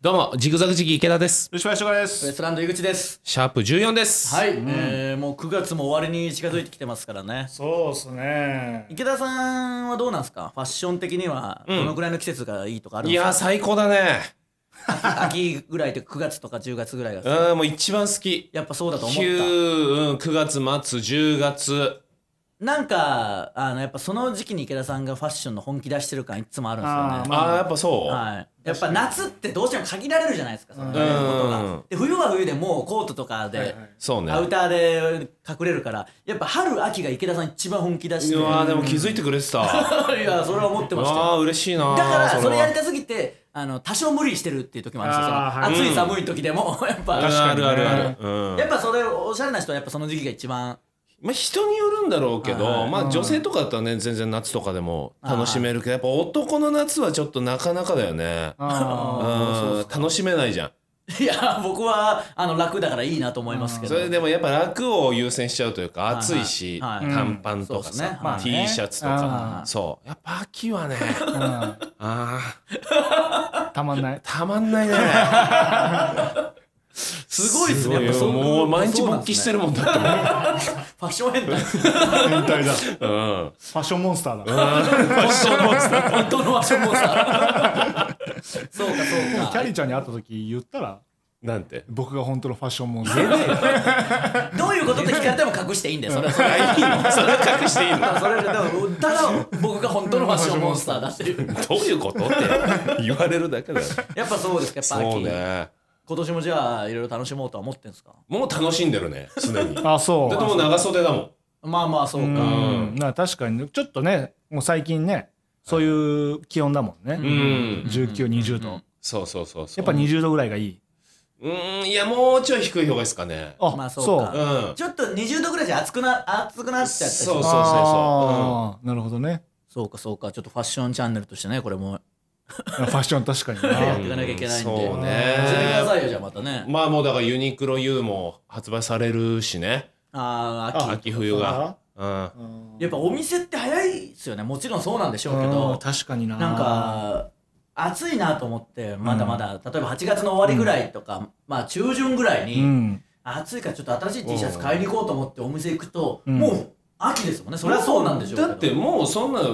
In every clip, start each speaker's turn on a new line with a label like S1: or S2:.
S1: どうも、ジグザグジギー池田です。
S2: 吉林隆で
S3: ウエ
S2: す
S3: ストランド井口です。
S1: シャープ14です。
S3: はい、えーもう9月も終わりに近づいてきてますからね。
S2: そうですね
S3: 池田さんはどうなんですかファッション的にはどのくらいの季節がいいとかあるん
S1: い
S3: です
S1: やー、
S3: か、
S1: 最高だね。
S3: 秋ぐらいとか9月とか10月ぐらいが
S1: うん、もう一番好き。
S3: やっぱそうだと思っ
S1: 9、うん、9月末、10月。
S3: たなんかあのやっぱその時期に池田さんがファッションの本気出してる感いつもあるんですよ
S2: あー
S3: ね。
S2: ま
S1: あー、やっぱそう。
S3: はい、やっぱ夏ってどうしても限られるじゃないですかそのやること
S1: う
S3: が
S1: ん
S3: で冬は冬でもうコートとかで、
S2: はいはい
S1: そうね。
S3: アウターで隠れるからやっぱ春秋が池田さん一番本気出して
S1: う
S3: る
S1: わー、でも気づいてくれてた。あ
S3: いやそれは思ってましたよ
S1: ー、嬉しいなー。
S3: だからそれやり
S1: は
S3: たすぎてあの多少無理してるっていう時もあるんですよ、
S2: あー
S3: その
S2: はい
S3: 暑い寒い時でも やっぱ、
S1: うんあ
S2: 確かに
S1: る
S2: ね
S1: あるある。うん。
S3: やっぱそれおしゃれな人はやっぱその時期が一番
S1: まあ人によるんだろうけ
S3: は
S1: ど、
S3: い
S1: まあ女性とかだったらね、全然夏とかでも楽しめるけど、やっぱ男の夏はちょっとなかなかだよね。う
S2: あ
S1: ん、楽しめないじゃん。
S3: いや僕はあの楽だからいいなと思いますけ
S1: そ
S3: ど
S1: れでもやっぱ楽を優先しちゃうというか
S3: い
S1: 暑いし
S3: はい
S1: 短パンとか
S3: そうですね
S1: さ
S3: まあね
S1: T シャツと
S2: あ
S1: か
S3: ー
S1: そうやっぱ秋はね
S2: あ、
S1: あー
S2: うん、たまん ない
S1: たまんないね
S3: すごいですね
S1: よ
S3: やっぱそう
S1: もう毎日
S3: そうなん
S1: 勃
S3: ですね
S1: 起してるもんだって
S3: ファッション変態
S2: 変態だフ
S1: もんうん
S2: ァッションモンスターだ
S3: 本当のファッションモンスターそうかそう
S2: キャ
S3: か
S2: リーちゃんに会った時言ったら
S1: なんて
S2: 僕が本当のファッションモンスター
S3: どういうことって聞かれても隠していいんだよそれはそれ
S1: いいのそれは隠していいの
S3: はそれはでもただ僕が本当のファッションモンスターだっていう
S1: どういうことって言われるだけだよ
S3: やっぱそうですかやっぱ
S1: そう
S3: 秋、
S1: ね
S3: 今年もじゃあいろいろ楽しもうとは思ってんですか
S1: もう楽しんでるね常 にだ
S2: あそ
S1: ってもう長袖だもん
S3: まあまあそうか、
S2: うんな確かにちょっとねもう最近ねそういう気温だもんね、
S1: うん
S2: 1920度、
S1: そうそうそうそう
S2: やっぱ20度ぐらいがいい
S1: うんいやもうちょい低い方がいいですかね
S2: あ、
S3: まあそう
S2: そう
S3: か
S1: うん
S3: ちょっと20度ぐらいじゃ暑くな暑くなっちゃったり
S1: そうそう
S2: あーなるほどね
S3: そうかそうかちょっとファッションチャンネルとしてねこれも
S2: ファッション確かに
S3: や
S2: な
S3: っ ていかなきゃいけないんで、
S1: そう
S3: 教えてくだ
S1: ね
S3: さいよじゃあまたね
S1: まあもうだからユニクロ U も発売されるしね
S3: あー秋
S1: 秋冬がうん
S3: やっぱお店って早いっすよねもちろんそうなんでしょうけ
S2: うん
S3: ど
S2: 確かにな
S3: なんか暑いなと思ってまだまだ、例えば8月の終わりぐらいとか、まあ中旬ぐらいに、
S2: うん
S3: 暑いからちょっと新しい T シャツ買いに行こうと思ってお店行くと、
S2: うん
S3: もう秋ですもんねそりゃそうなんでしょうけど
S1: だってもうそんなも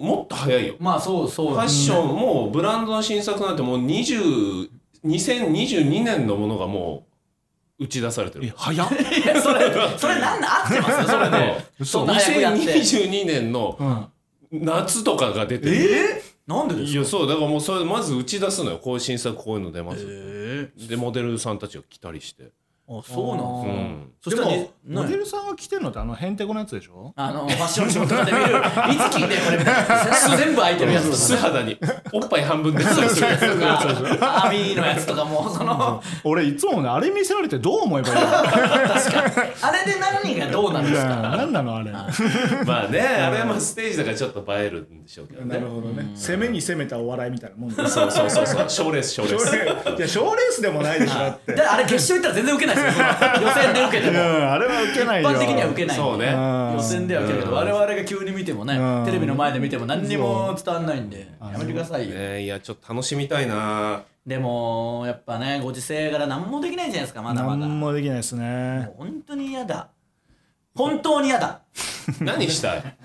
S1: うもっと早いよ
S3: まあそうそう
S1: ファッションもうブランドの新作なんてもう20 2022年のものがもう打ち出されて
S2: え
S1: る
S2: 早っ
S3: いやそれそれなんなん合ってますそれで
S2: 嘘
S3: そんな早くやって
S1: 2022年の
S2: うん
S1: 夏とかが出てる
S3: えー、なんでで
S1: い
S3: す
S1: や
S3: か
S1: そうだからもうそれまず打ち出すのよこういう新作こういうの出ます
S3: え
S1: でモデルさんたちが来たりして
S3: ー、あそうなん
S1: う
S3: ですか
S1: ん
S3: そ
S2: で
S3: したらね
S2: もモデ
S3: ね
S2: ルさんが着てるのってあのへんてこのやつでしょ
S3: あのファッションショーとかで見るいつ切んでこれみたいな背中全部開いてるやつとか
S1: 素肌におっぱい半分で
S3: そうそうそう
S1: す
S3: アミーのやつとかもうその
S2: 俺いつもねあれ見せられてどう思えばいいの
S3: あれで何人がどうなん
S2: い
S3: です
S2: や
S3: か
S2: 何なのあ れ
S1: まあねあれはまあステージだからちょっと映えるんでしょうけどね
S2: ほどね攻めに攻めたお笑いみたいなもんだ
S1: そうそうそう そう賞レース賞レース
S2: いや賞レースでもないでしょだって
S3: だからあれ決勝行ったら全然受けないですよその予選で受けて
S2: うん
S3: も
S2: あれは受けない
S3: 一
S2: よ
S3: 般的には受けない
S1: そうね
S2: うん
S3: 予選では受けるけど
S1: うん
S3: 我々が急に見てもね
S2: うん
S3: テレビの前で見ても何にも伝わんないんでやめてくださいよ
S1: ねいやちょっと楽しみたい な
S3: でもやっぱねご時世から何もできないじゃないですかまだまだ
S2: 何
S3: もう
S2: もできないですね
S3: 本当に嫌だ本当に嫌だ
S1: 何したい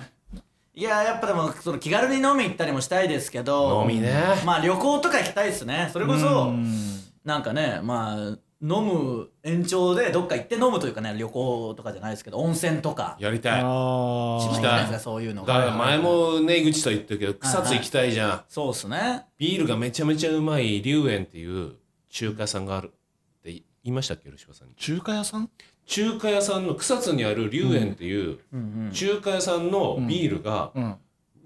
S3: いややっぱでもその気軽に飲み行ったりもしたいですけど
S1: 飲みね
S3: まあ旅行とか行きたいですねそれこそなんかねまあ飲む延長でどっか行って飲むというかね旅行とかじゃないですけど温泉とか
S1: やり
S2: あ
S1: たい
S2: あ
S3: 一番いい
S2: ー
S3: じゃないですかそういうの
S1: だから
S3: が
S1: 前もね井口と言ったけど草津行きたいじゃん
S3: そうっすね
S1: ビールがめちゃめちゃうまい龍園っていう中華屋さんがあるって言いましたっけ吉川さんに
S2: 中華屋さん
S1: 中華屋さんの草津にある龍園っていう中華屋さんのビールが
S2: うん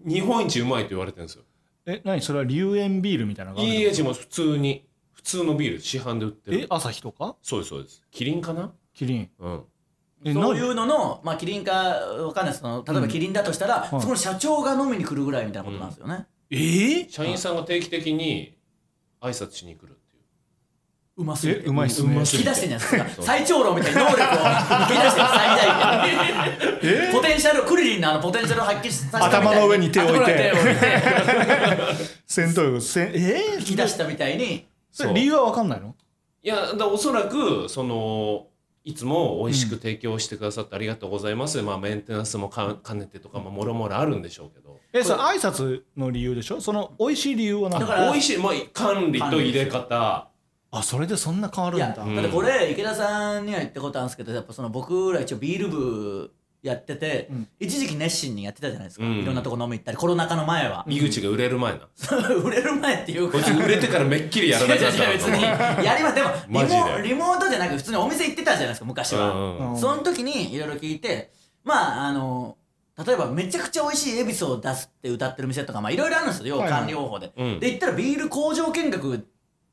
S1: 日本一うまいと言われてるんですよ
S2: え何それは龍炎ビールみたいなのがあるの
S1: いい味も普通に普通のビール市販で売って
S2: え
S1: る
S2: 朝日とか
S1: そうですそうですキリンかな
S2: キリン
S1: うん
S2: え
S3: そうい
S2: なん
S3: うのの、まあ、キリンかわかんないですその例えばキリンだとしたら、
S2: うん
S3: そこの社長が飲みに来るぐらいみたいなことなんですよね、
S2: えー
S1: 社員さんが定期的に挨拶しに来るっていう
S3: うますぎ
S2: え
S3: て
S2: うまいっす
S1: う
S2: ね
S1: ま
S3: 引き出してんじゃないです
S1: そ
S3: か
S1: う
S3: 最長老みたいに能力を引き出してる最 大限ポテンシャルクリリンのあのポテンシャルを発揮させたみたいに
S2: 頭の上に手を置いて
S3: 頭の上に手を置いて
S2: 戦闘力せんえー
S3: 引き出したみたいに
S2: それ
S1: そう
S2: 理由は分かんないの
S1: いやだおそらくそのいつも美味しく提供してくださってありがとうございます、まあ、メンテナンスもか兼ねてとかももろもろあるんでしょうけど
S2: えそれ挨拶の理由でしょその美味しい理由は何
S3: だから
S1: 美味しい、まあ、管理と入れ方
S2: あそれでそんな変わるん
S3: いや
S2: だ
S3: だ
S1: うん
S3: ってこれ池田さんには言ったことあるんですけどやっぱその僕ら一応ビール部やってて、
S2: うん
S3: 一時期熱心にやってたじゃないですか、
S1: うん
S3: いろんなとこ飲み行ったりコロナ禍の前は、
S1: 井口が売れる前な、
S3: 売れる前っていうか
S1: こいつ売れてからめっきりやらなくなった
S3: 違う違う違う 別にやりはでも
S1: マ
S3: リ
S1: ジで
S3: モリモートじゃなく普通にお店行ってたじゃないですか昔は、
S1: うんうん
S2: うん
S3: その時にいろいろ聞いてまああの例えばめちゃくちゃ美味しい恵比寿を出すって歌ってる店とかまあいろいろあるんですよ要は管理方法で、
S1: はいはいうん
S3: で行ったらビール工場見学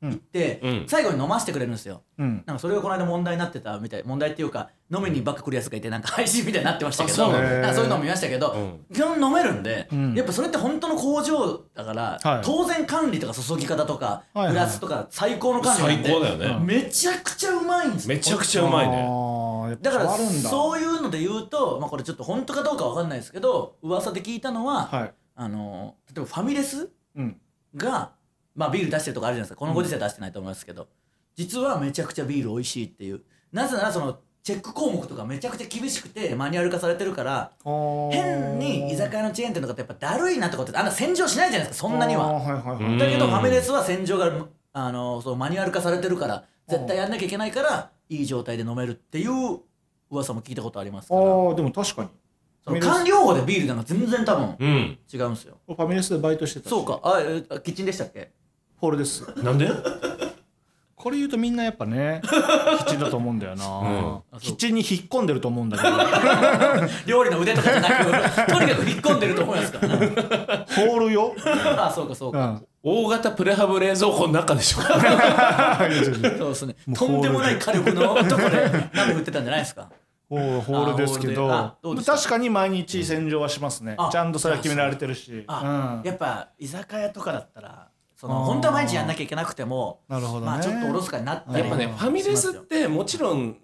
S3: 行って、
S1: うん
S3: 最後に飲ませてくれるんですよ
S2: うん
S3: なんかそれがこの間問題になってたみたい問題っていうか飲みにばっか来るやつがいてなんか配信みたいになってましたけ
S1: あそ
S3: ど
S1: うな
S3: なん
S2: だ
S3: んかそういうのも見ましたけど、
S1: う
S3: 基本飲めるんで、
S2: うん
S3: やっぱそれって本当の工場だから、
S2: はい
S3: 当然管理とか注ぎ方とか、
S2: はいはい
S3: グラスとか最高の管理な
S1: 最
S3: んで
S1: 高だよね、
S2: うん
S3: めちゃくちゃうまいんですよ
S1: めちゃくちゃうまい
S2: あ
S1: ね
S2: ーやっぱ
S3: だから
S2: 変わるんだ
S3: そういうので言うと、まあ、これちょっと本当かどうかわかんないですけど噂で聞いたのは、
S2: はい
S3: あの例えばファミレス
S2: うん
S3: が、まあ、ビール出してるとかあるじゃないですかこのご時世出してないと思いますけど、実はめちゃくちゃビール美味しいっていうなぜならそのチェック項目とかめちゃくちゃ厳しくてマニュアル化されてるから変に居酒屋のチェーン店とかってやっぱだるいなとかってあんな洗浄しないじゃないですかそんなに
S2: あー
S3: は。
S2: はいはい
S1: うん
S2: はい
S3: だけどファミレスは洗浄があのそうマニュアル化されてるから絶対やんなきゃいけないからいい状態で飲めるっていう噂も聞いたことあります
S2: あ
S3: から
S2: ーでも確かに
S3: その管理方法でビールなんか全然多分
S1: うん
S3: 違うんですよ
S2: ファミレスでバイトしてたし
S3: そうかあえあキッチンでしたっけ
S2: ホールです
S1: なんで
S2: これ言うとみんなやっぱ ねキッチンだと思うんだよな、
S3: うん
S2: キッチンに引っ込んでると思うんだけど
S3: 料理の腕とかじゃなくとにかく引っ込んでると思いますからね
S2: ホールよ、
S3: あそうかそう
S2: う
S3: か
S2: ん、
S1: 大型プレハブ冷蔵庫の中でしょ
S3: そうですね
S2: もう
S3: とんでもない火力のとこで鍋振ってたんじゃないですか
S2: ホールホールですけ
S3: あホールであ
S2: ど
S3: どうですか
S2: 確かに毎日洗浄はしますね、
S3: あ
S2: ちゃんとそれは決められてるし
S3: あ、
S2: うん
S3: やっぱ居酒屋とかだったらその
S2: あー
S3: 本当は毎日やんなきゃいけなくても
S2: なるほどね
S3: まあちょっとおろそかになったり
S1: やっぱね
S2: うん
S1: ファミレスってもちろん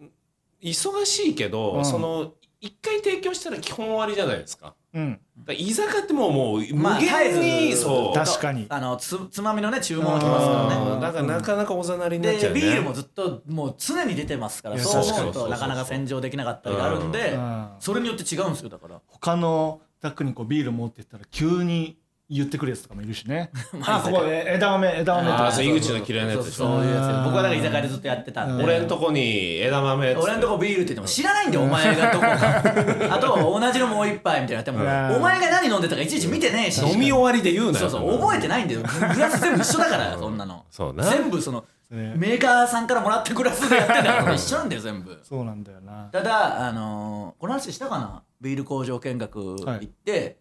S1: 忙しいけど、
S2: うん
S1: その一回提供したら基本終わりじゃないですか
S2: うん、
S1: だから居酒屋ってもうもう無限に、
S3: まあ絶えず
S1: そう
S2: だ確かに
S3: あのつつまみのね注文が来ますから
S1: う
S3: ね
S1: んだからなかなかおざなりになっち
S3: で
S1: ゃうね
S3: ビールもずっともう常に出てますから
S2: いや
S3: そう思う
S1: 確か
S3: と
S1: に
S3: なかなか洗浄できなかったりがあるんで
S2: うん
S3: それによって違うんですよだから
S2: 他の宅にこうビール持ってったら急に言ってくるやつとかもいるしね
S3: ま
S2: あここえ枝豆枝豆と
S1: あー
S2: か
S1: そう井口の嫌いなやつでしょ
S3: そうそうそういうやつ
S2: うん
S3: 僕はだから居酒屋でずっとやってたんで
S1: 俺んとこに枝豆っつって
S3: 俺のとこビールって言っても知らないんだよお前がど こかあと同じのもう一杯みたいなやっても
S2: うん
S3: お前が何飲んでたかいちいち見てねえし
S1: 飲み終わりで言うな
S3: そ
S1: よ
S3: うそう覚えてないんだよグラス全部一緒だからそんなの
S1: そうな
S3: 全部その
S2: ね
S3: メーカーさんからもらったグラスでやってんだから一緒なんだよ 全部
S2: そうなんだよな
S3: ただあのーこの話したかなビール工場見学行って、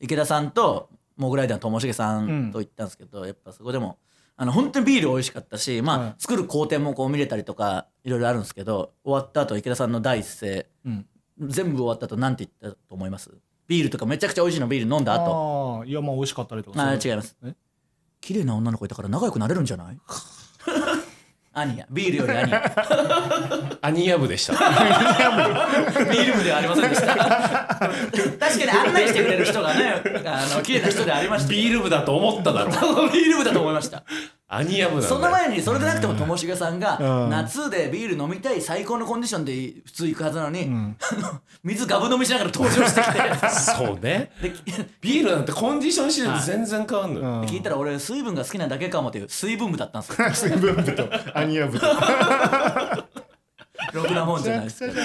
S3: 池田さんとモグライダーのともしげさんと行ったんですけど、やっぱそこでもあの本当にビール美味しかったし、まあ
S2: はい
S3: 作る工程もこう見れたりとかいろいろあるんですけど終わった後池田さんの第一声
S2: うん
S3: 全部終わった後なんて言ったと思いますビールとかめちゃくちゃ美味しいのビール飲んだ後
S2: あーいやまあ美味しかったりとか
S3: ああ
S2: そう
S3: 違います
S2: え
S3: 綺麗な女の子いたから仲良くなれるんじゃない 兄やビールより兄や
S1: アニヤブでした
S3: ビール部ではありませんでした。確かに案内してくれる人がね、あの綺麗な人でありましたけど。
S1: ビール部だと思っただろ
S3: ビール部だと思いました。
S1: アニヤブなんだよ
S3: その前にそれでなくてもともしげさん
S2: う
S3: が
S2: ん
S3: 夏でビール飲みたい最高のコンディションで普通行くはずなのに、
S2: ん
S3: あの水ガブ飲みしながら登場してきて。
S1: そうね
S3: でき
S1: ビールなんてコンディション次第で全然変わんのよ、
S2: うん
S3: 聞いたら俺水分が好きなだけかもっていう水分部だったんです
S2: 水
S3: よ
S2: 分部とアニヤ部と
S3: ろくなもんじゃないですけどい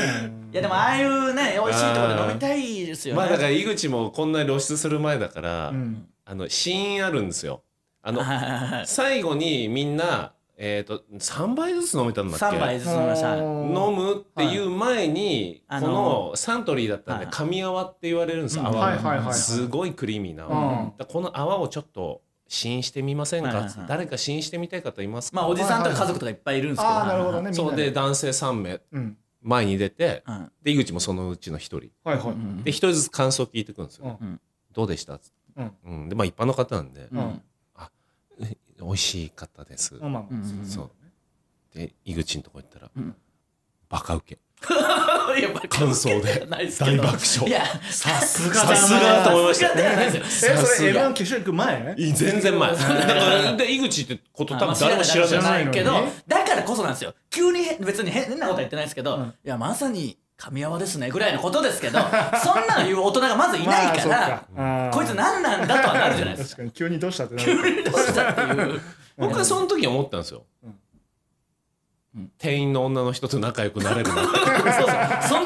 S3: やでもああいうね美味しいところで飲みたいですよね
S1: まあだから井口もこんなに露出する前だから、
S2: うん
S1: あの死因あるんですよあの
S3: はいはいはいはい
S1: 最後にみんなえっ、と3杯ずつ飲めたんだっけ
S3: 3杯ずつ飲みましたはい
S1: 飲むっていう前に、
S3: はい
S1: こ
S3: あの
S1: のサントリーだったんで
S3: はい
S1: 紙泡って言われるんですよ、
S2: うん
S1: 泡が、
S2: はいはいはい
S1: すごいクリーミーな泡、
S2: うん
S1: だからこの泡をちょっと試飲してみませんか、
S3: はいはいはい
S1: 誰か試飲してみたい方いますか、
S3: まあおじさんとか家族とかいっぱいいるんですけど
S2: ああなるほどね
S1: そうで、男性3名
S2: みんなうん、
S1: 前に出て
S3: うんうん
S1: で井口もそのうちの1人で
S2: はいはい、
S3: うん
S1: 1人ずつ感想聞いてくるんですよ、
S3: うんうん
S1: どうでした
S2: うん
S1: うん、でまあ一般の方なんで、
S3: う
S2: うんん
S1: 美味しかったです、
S2: まあまあまあ
S3: うん
S1: そうで井口のとこ行ったら、
S3: うん
S1: バカウケ
S3: りやっぱり
S1: 感想で
S3: ないですけど
S1: 大爆笑
S3: いや
S2: さす
S1: さすがと思いました
S3: さすがではないですよ
S2: え
S1: さ
S2: そ
S1: す
S2: れ M1
S1: が
S2: 決勝行く前
S1: い全然前だからで井口ってこと多分誰も知ら
S2: 知ら
S1: ない
S2: ないのに
S3: けどだからこそなんですよ急にへ別に変なことは言ってないですけど、
S2: うん
S3: いやまさに神山ですねぐらいのことですけど そんなの言う大人がまずいないから、
S2: ら
S3: こいつ何なんだとはなるじゃないです
S2: 確
S3: か
S2: かに急にどうしたってな
S3: 急
S2: る
S3: にどうしたっていう
S1: 僕はその時思ったんですよ
S2: うん
S1: うん店員の女の人と仲良くなれるな
S3: そうそう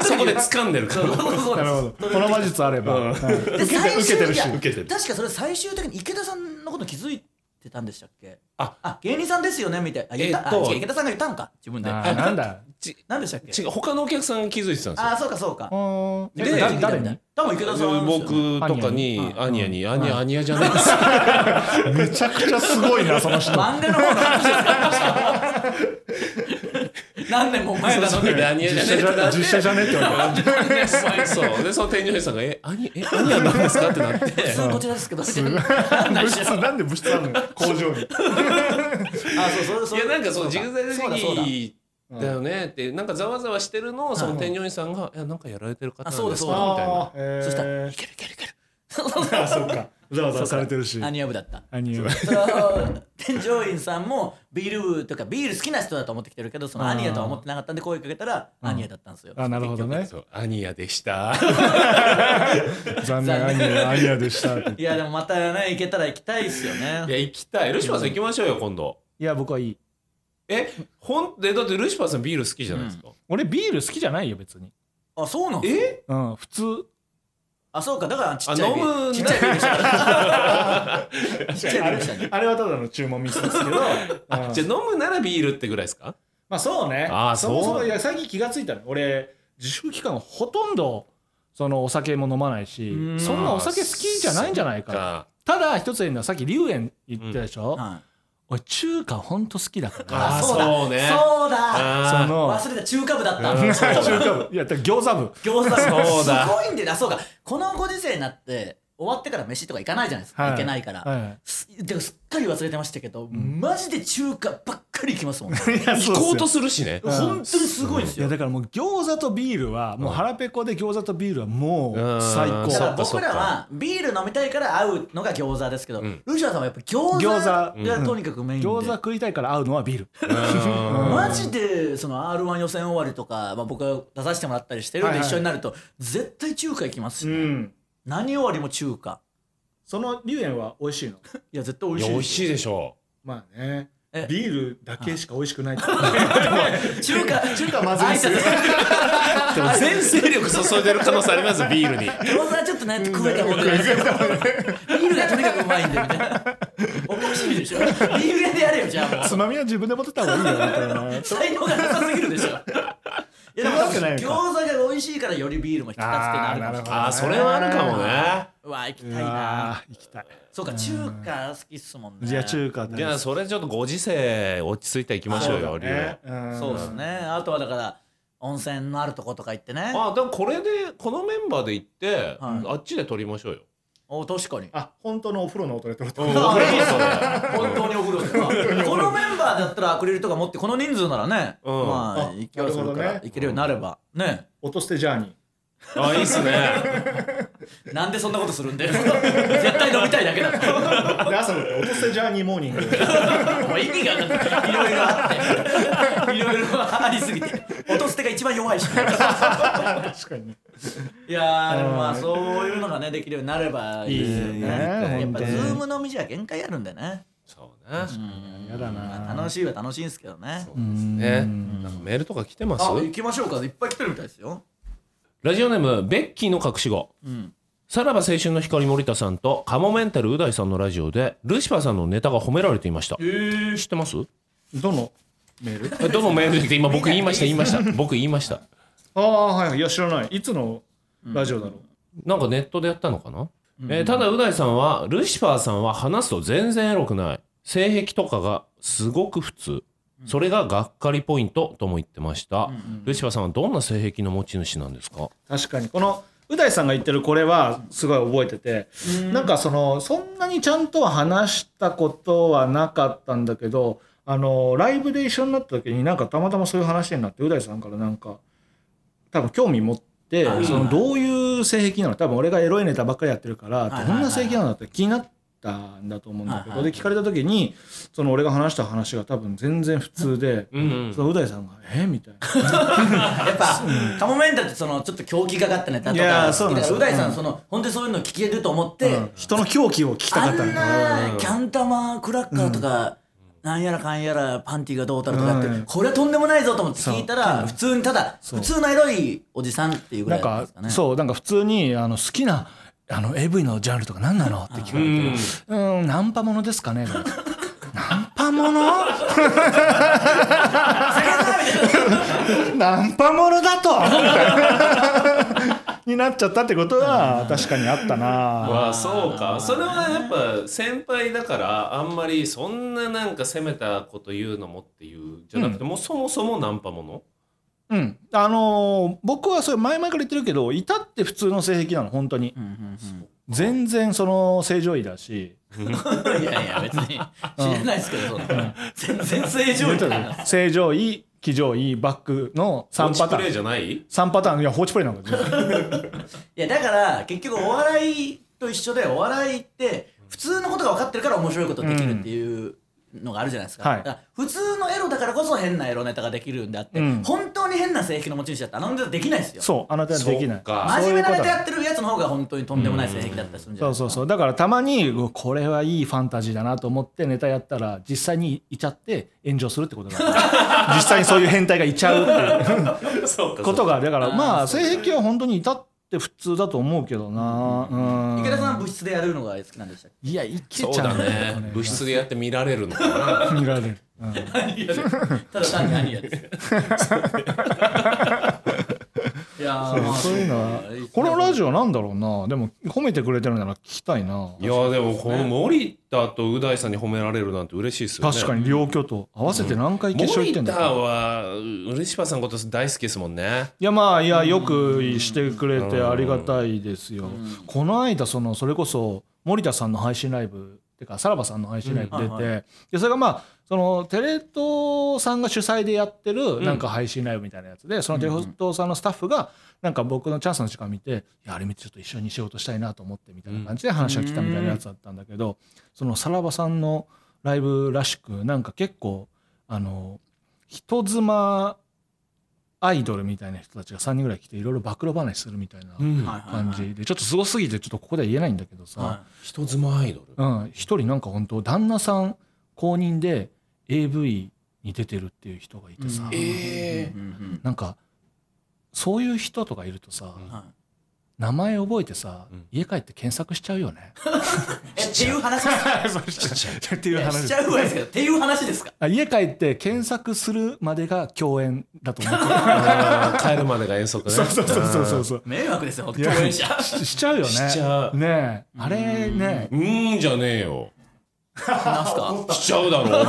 S1: そ
S3: そ
S1: こ
S3: の時
S1: で 掴んでるか
S3: そう
S1: ら
S3: そうそう
S2: なるほどこの魔術あれば、
S1: うん
S2: はい受けて
S3: 最終
S2: 受けてるし
S3: いや
S1: 受けてる
S3: 確かそれ最終的に池田さんのこと気づいてたんでしたっけ
S1: あ
S3: 芸人さんですよねみたいなあ言った、
S1: えっと
S3: あ違う池田さんが言ったのか自分で
S2: あーなんだ
S1: ち
S3: 何でしたっけ
S1: 違う他のお客さんが気づいてたんですよ
S3: ああそうかそうか
S2: うん
S1: で
S2: えだ誰
S3: みたい
S2: に
S3: な多分池田さんなんですよね
S1: 僕とかにア
S2: ア
S1: ニ
S2: ニ
S1: ア
S2: ア
S1: に「ア
S2: に
S1: ニアアニアじゃないです」
S2: めちゃくちゃすごいなその人
S3: 漫画の方の話ですか何年も前なのに
S1: でアニアじゃねえってなって
S2: 実写じゃねえって言われ
S1: 何年前そうでその店長さんが「えアニえアニアなんですか?」ってなって
S3: 普通こちらですけどみたい な
S2: た
S3: 何
S2: 物
S3: して
S2: 質
S3: んの
S2: なんで物質なのよ工場に
S3: あそうそれそ
S1: い
S3: れ
S1: やなんかそうジ
S3: そう
S1: グ
S3: だ
S1: ザグ
S3: そうだそうだ
S1: 的だよねってなんかざわざわしてるのをその店長さんが「いやなんかやられてる方なんです
S3: あそうだ
S1: か?」みたいな
S2: あー えー
S3: そしたらいけるいけるいける
S2: あそっかざわざわされてるし
S3: アニア部だった
S2: アニメ
S3: その添乗員さんもビール部とかビール好きな人だと思ってきてるけどその
S2: あー
S3: アニアとは思ってなかったんで声かけたら
S2: うん
S3: アニアだったんですよ
S2: あなるほどね
S1: そうアニアでした
S2: 残
S3: 残
S2: 念アニ
S3: 念
S2: メアニアでしたって
S3: いやでもまたね行けたら行きたいっすよ
S1: い
S3: ね
S1: や行きたいルシファーさん行きましょうよ今度
S2: いや僕はいい
S1: えほんでだってルシファーさんビール好きじゃないですか
S2: 俺ビール好きじゃないよ別に
S3: あそうなの
S1: え
S2: うん普通
S3: あそうかだからち
S1: あ
S3: っちゃい
S1: 飲
S3: ビール
S1: む
S3: ちっ
S1: ん
S3: ちゃいビールでした
S2: あ
S3: ちっちゃいビールでしたね
S2: れあれはただの注文ミスですけど
S1: あじゃあ飲むならビールってぐらいですか
S2: まあそうね。
S1: あー
S2: そもそ
S1: そ
S2: も
S1: う
S2: いや最近気がついたの。俺自粛期間ほとんどそのお酒も飲まないし
S3: う、ん
S2: そんなお酒好きじゃないんじゃないかな。ただ一つ言えるのはさっき龍園言ってたでしょ。
S3: はい
S2: 俺中華ほんと好きだか
S1: あ
S2: ら。
S1: ーそうね
S3: そうだ
S1: あー
S2: その
S3: 忘れた中華部だった
S1: うん
S3: そう
S2: 中華部いやだから餃子部。
S3: 餃子部
S1: そうだ
S3: すごいんであそうかこのご時世になって終わってから飯とか行かないじゃないですか
S2: はい
S3: 行けないから
S2: は
S3: すでもすっかり忘れてましたけどマジで中華ばっかり行きますもんね
S2: い。いや
S1: 行
S2: っすよ
S1: こうとするしね
S2: うん
S3: 本当にすごいんです
S2: いや
S3: よ
S2: だからもう餃子とビールはもう腹ペコで餃子とビールはも
S1: うん
S2: う最
S1: うん
S2: 高
S3: だ
S1: そ
S3: か
S1: う
S3: ら僕らはビール飲みたいから合うのが餃子ですけど、
S1: うん
S3: ルシアさんはやっぱ餃子
S2: 餃子
S3: がとにかくメインで、
S2: 餃子食いたいから合うのはビール
S1: うん
S3: マジでその r 1予選終わりとか、まあ、僕が出させてもらったりしてるん
S2: はい
S3: で
S2: はい
S3: 一緒になると絶対中華行きますし、ね何終わりも中華
S2: その龍園は美味しいの
S3: いや絶対美
S1: い
S3: 味
S1: や
S3: しい
S1: 美味
S3: です
S1: しいでしょ
S2: まあね
S3: え
S2: ビールだけしか美味しくないって
S3: 中華中華
S2: まずいっすね
S1: う全勢力注いでる可能性ありますビールに
S3: 餃子はちょっとね食えたことないですけどビールがとにかくうまいんでみたいなおかしいでしょビール屋でやれよじゃあもう
S2: つまみは自分で持ってった方がいいよみたいな
S3: 才能がなさすぎるでしょいや
S2: そ
S3: でも
S2: んなわけない
S3: 餃
S2: か
S3: 子が美味しいからよりビールも引き立つってなるかもしれない
S1: あーそれはあるかもね
S3: うわ行きたいうな
S2: わー行きたい
S3: そうか中華好きっすもんね
S2: じゃあ中華
S1: じゃあそれちょっとご時世落ち着いていきましょうよ龍園
S3: そうですねあとはだから温泉のあるとことか行ってね
S1: あでもこれでこのメンバーで行って
S3: はい
S1: あっちで撮りましょうよ
S3: お確かに
S2: あ本当のお風呂の音で撮れた
S1: うん
S3: あいいです
S1: それ
S3: 本当にお風呂ですかこのメンバーだったらアクリルとか持ってこの人数ならね、
S1: うん
S3: まあ
S2: あ
S3: 勢いするか
S2: なるほど
S3: ら
S2: ね
S3: 行けるようになればね
S2: 音捨てジャーニー
S1: あいいっすね
S3: なんでそんなことするんだよ 絶対飲みたいだけだ
S2: で朝起きて音捨てジャーニーモー ニング
S3: もう意味が分かんないいろいろあっていろいろありすぎて音捨てが一番弱いし
S2: 確かに
S3: いやーでもまあそういうのがねできるようになればいいですよね
S2: いいね
S3: やっぱ
S2: 本当
S3: ズ
S2: に
S3: ーム飲みじゃ限界あるんでね
S1: そうね
S2: やだ
S3: まあ
S2: な
S3: 楽しいは楽しいんですけどね
S1: そうですねなんかメールとか来てます
S3: あ行きましょうかいっぱい来てるみたいですよ
S1: ラジオネームベッキーの隠し子
S3: うん
S1: さらば青春の光森田さんとカモメンタルう大さんのラジオでルシファーさんのネタが褒められていました知ってます
S2: どのメール
S1: えどのメールで今僕言いました言いました僕言いました
S2: ああはいいや知らないいつのラジオだろう
S1: なんかネットでやったのかな、えーただう大さんはルシファーさんは話すと全然エロくない性癖とかがすごく普通それががっかりポイントとも言ってました、ルシファーさんはどんな性癖の持ち主なんですか
S2: 確かにこのう大さんが言ってるこれはすごい覚えてて、なんかそのそんなにちゃんとは話したことはなかったんだけどあのライブで一緒になった時になんかたまたまそういう話になってう大さんからなんか多分興味持って
S3: はい
S2: そのどういう性癖なの多分俺がエロいネタばっかりやってるから
S3: はい
S2: どんな性癖なのって気になったんだと思うんだけ
S3: はい
S2: ど
S3: はい
S2: で聞かれた時にその俺が話した話が多分全然普通で
S1: うんうん
S2: そのう大さんが「えみ たいな。
S3: やっぱカモメンタルってそのちょっと狂気がかったネタと
S2: いや
S3: か
S2: ーそう
S3: 好
S2: なん
S3: きだ
S2: です
S3: から
S2: よ
S3: う大さ
S2: うん
S3: んその本当にそういうの聞けると思って
S2: うん人の狂気を聞きたか
S3: あ
S2: っ
S3: ん
S2: たんだ
S3: なキャン玉クラッカーとかなんやらかんやらパンティがどうたらとかやって
S2: うん
S3: これはとんでもないぞと思って聞いたら普通にただ
S2: そう
S3: 普通のエロいおじさんっていうぐ
S2: な
S3: ら
S2: ん
S3: いだった
S2: か
S3: んですかね
S2: そうなんか普通にあの好きなあの AV のジャンルとか何なのって聞かれて「うーんナンパものですかね」 ナンパもの ナンパものだとみたいなになっちゃったってことは確かにあったな
S1: まあそうかそれはやっぱ先輩だからあんまりそんななんか責めたこと言うのもっていうじゃなくて、もうそもそもナンパもの
S2: うんあのー僕はそれ前々から言ってるけどいたって普通の性癖なの本当に
S3: うんうん
S2: 全然その正常位だし
S3: うんいやいや別に知らないですけどそんな全然正常位な
S2: 正常位騎乗位バックの
S1: パ
S2: 3パタ
S1: プレ
S2: ー
S1: イ
S2: ン
S1: じゃない
S2: 3パターンいや放置プレイなんか全然
S3: いやだから結局お笑いと一緒でお笑いって普通のことが分かってるから面白いことできるっていうのがあるじゃないですか,、
S2: はい
S3: だから普通のエロだからこそ変なエロネタができるんであって、
S2: うん
S3: 本当に変な性癖の持ち主だったらあのネタできないですよ
S2: そうあなたはできない
S1: そっか
S3: 真面目なネタや
S2: そういうこ
S3: ってるやつの方が本当にとんでもない性癖だったりするん
S2: と
S3: じ
S2: そ
S3: ゃないうです
S2: そ
S3: か
S2: うそうだからたまにうわこれはいいファンタジーだなと思ってネタやったら実際にいちゃって炎上するって ことがある実際にそういう変態がいちゃうってい う
S1: そうか
S2: ことがあるだから
S3: あー
S2: まあ
S3: そうか
S2: 性癖は本当にいたって普通だと思うけどなうん
S3: 池田さんは部室でやるのが好きなんでしたっ
S2: いやいけちゃ
S1: そううだね
S2: 物
S1: 物質でやって見られるのかな
S2: 見られる、うん
S3: け何やただ単に何やですよいやーまあ
S2: そういうのは
S3: そうですね
S2: このラジオなんだろうなでも褒めてくれてるなら聞きたいない
S1: やでもこの森田とう大さんに褒められるなんて嬉しいですよね
S2: 確かに両巨頭合わせて何回決勝
S1: 森
S2: 行ってんだ
S1: 田は嬉しばさんのこと大好きですもんね
S2: いやまあいやよくしてくれてありがたいですよ。この間そのそれこそ森田さんの配信ライブてかさらばさんの配信ライブ出
S3: うん
S2: て
S3: はい
S2: でそれがまあそのテレ東さんが主催でやってるなんか配信ライブみたいなやつでそのテレ東さんのスタッフがなんか僕のチャンスの時間見て「いやあれ見てちょっと一緒に仕事したいなと思って」みたいな感じで話が来たみたいなやつだったんだけどそのさらばさんのライブらしくなんか結構あの人妻アイドルみたいな人たちが3人ぐらい来ていろいろ暴露話するみたいな
S3: はいはいはい
S2: 感じでちょっとすごすぎてちょっとここでは言えないんだけど
S3: は
S2: さ
S1: 人妻アイドル
S2: うん一人なんか本当旦那さん公認で AV に出てるっていう人がいてさ
S3: うん
S1: え
S3: いうんうん
S2: なんかそういう人とかいるとさ
S1: うん
S3: はい
S2: 名前覚えてさ
S1: うん
S2: 家帰って検索しちゃうよね。
S3: えっていう話で す
S2: っていう
S3: しちゃうわいですけどっていう話ですか
S2: あ家帰って検索するまでが共演だと思 ってる
S1: あー帰るまでが遠足ね
S2: そうそうそうそうそうそう
S3: 迷惑ですよ共
S2: いや
S3: 演者
S2: ししちゃうよね
S1: しちゃう
S2: ねえあれね
S1: うーんじゃねえよ
S3: なんすか
S1: しちゃうだろお前も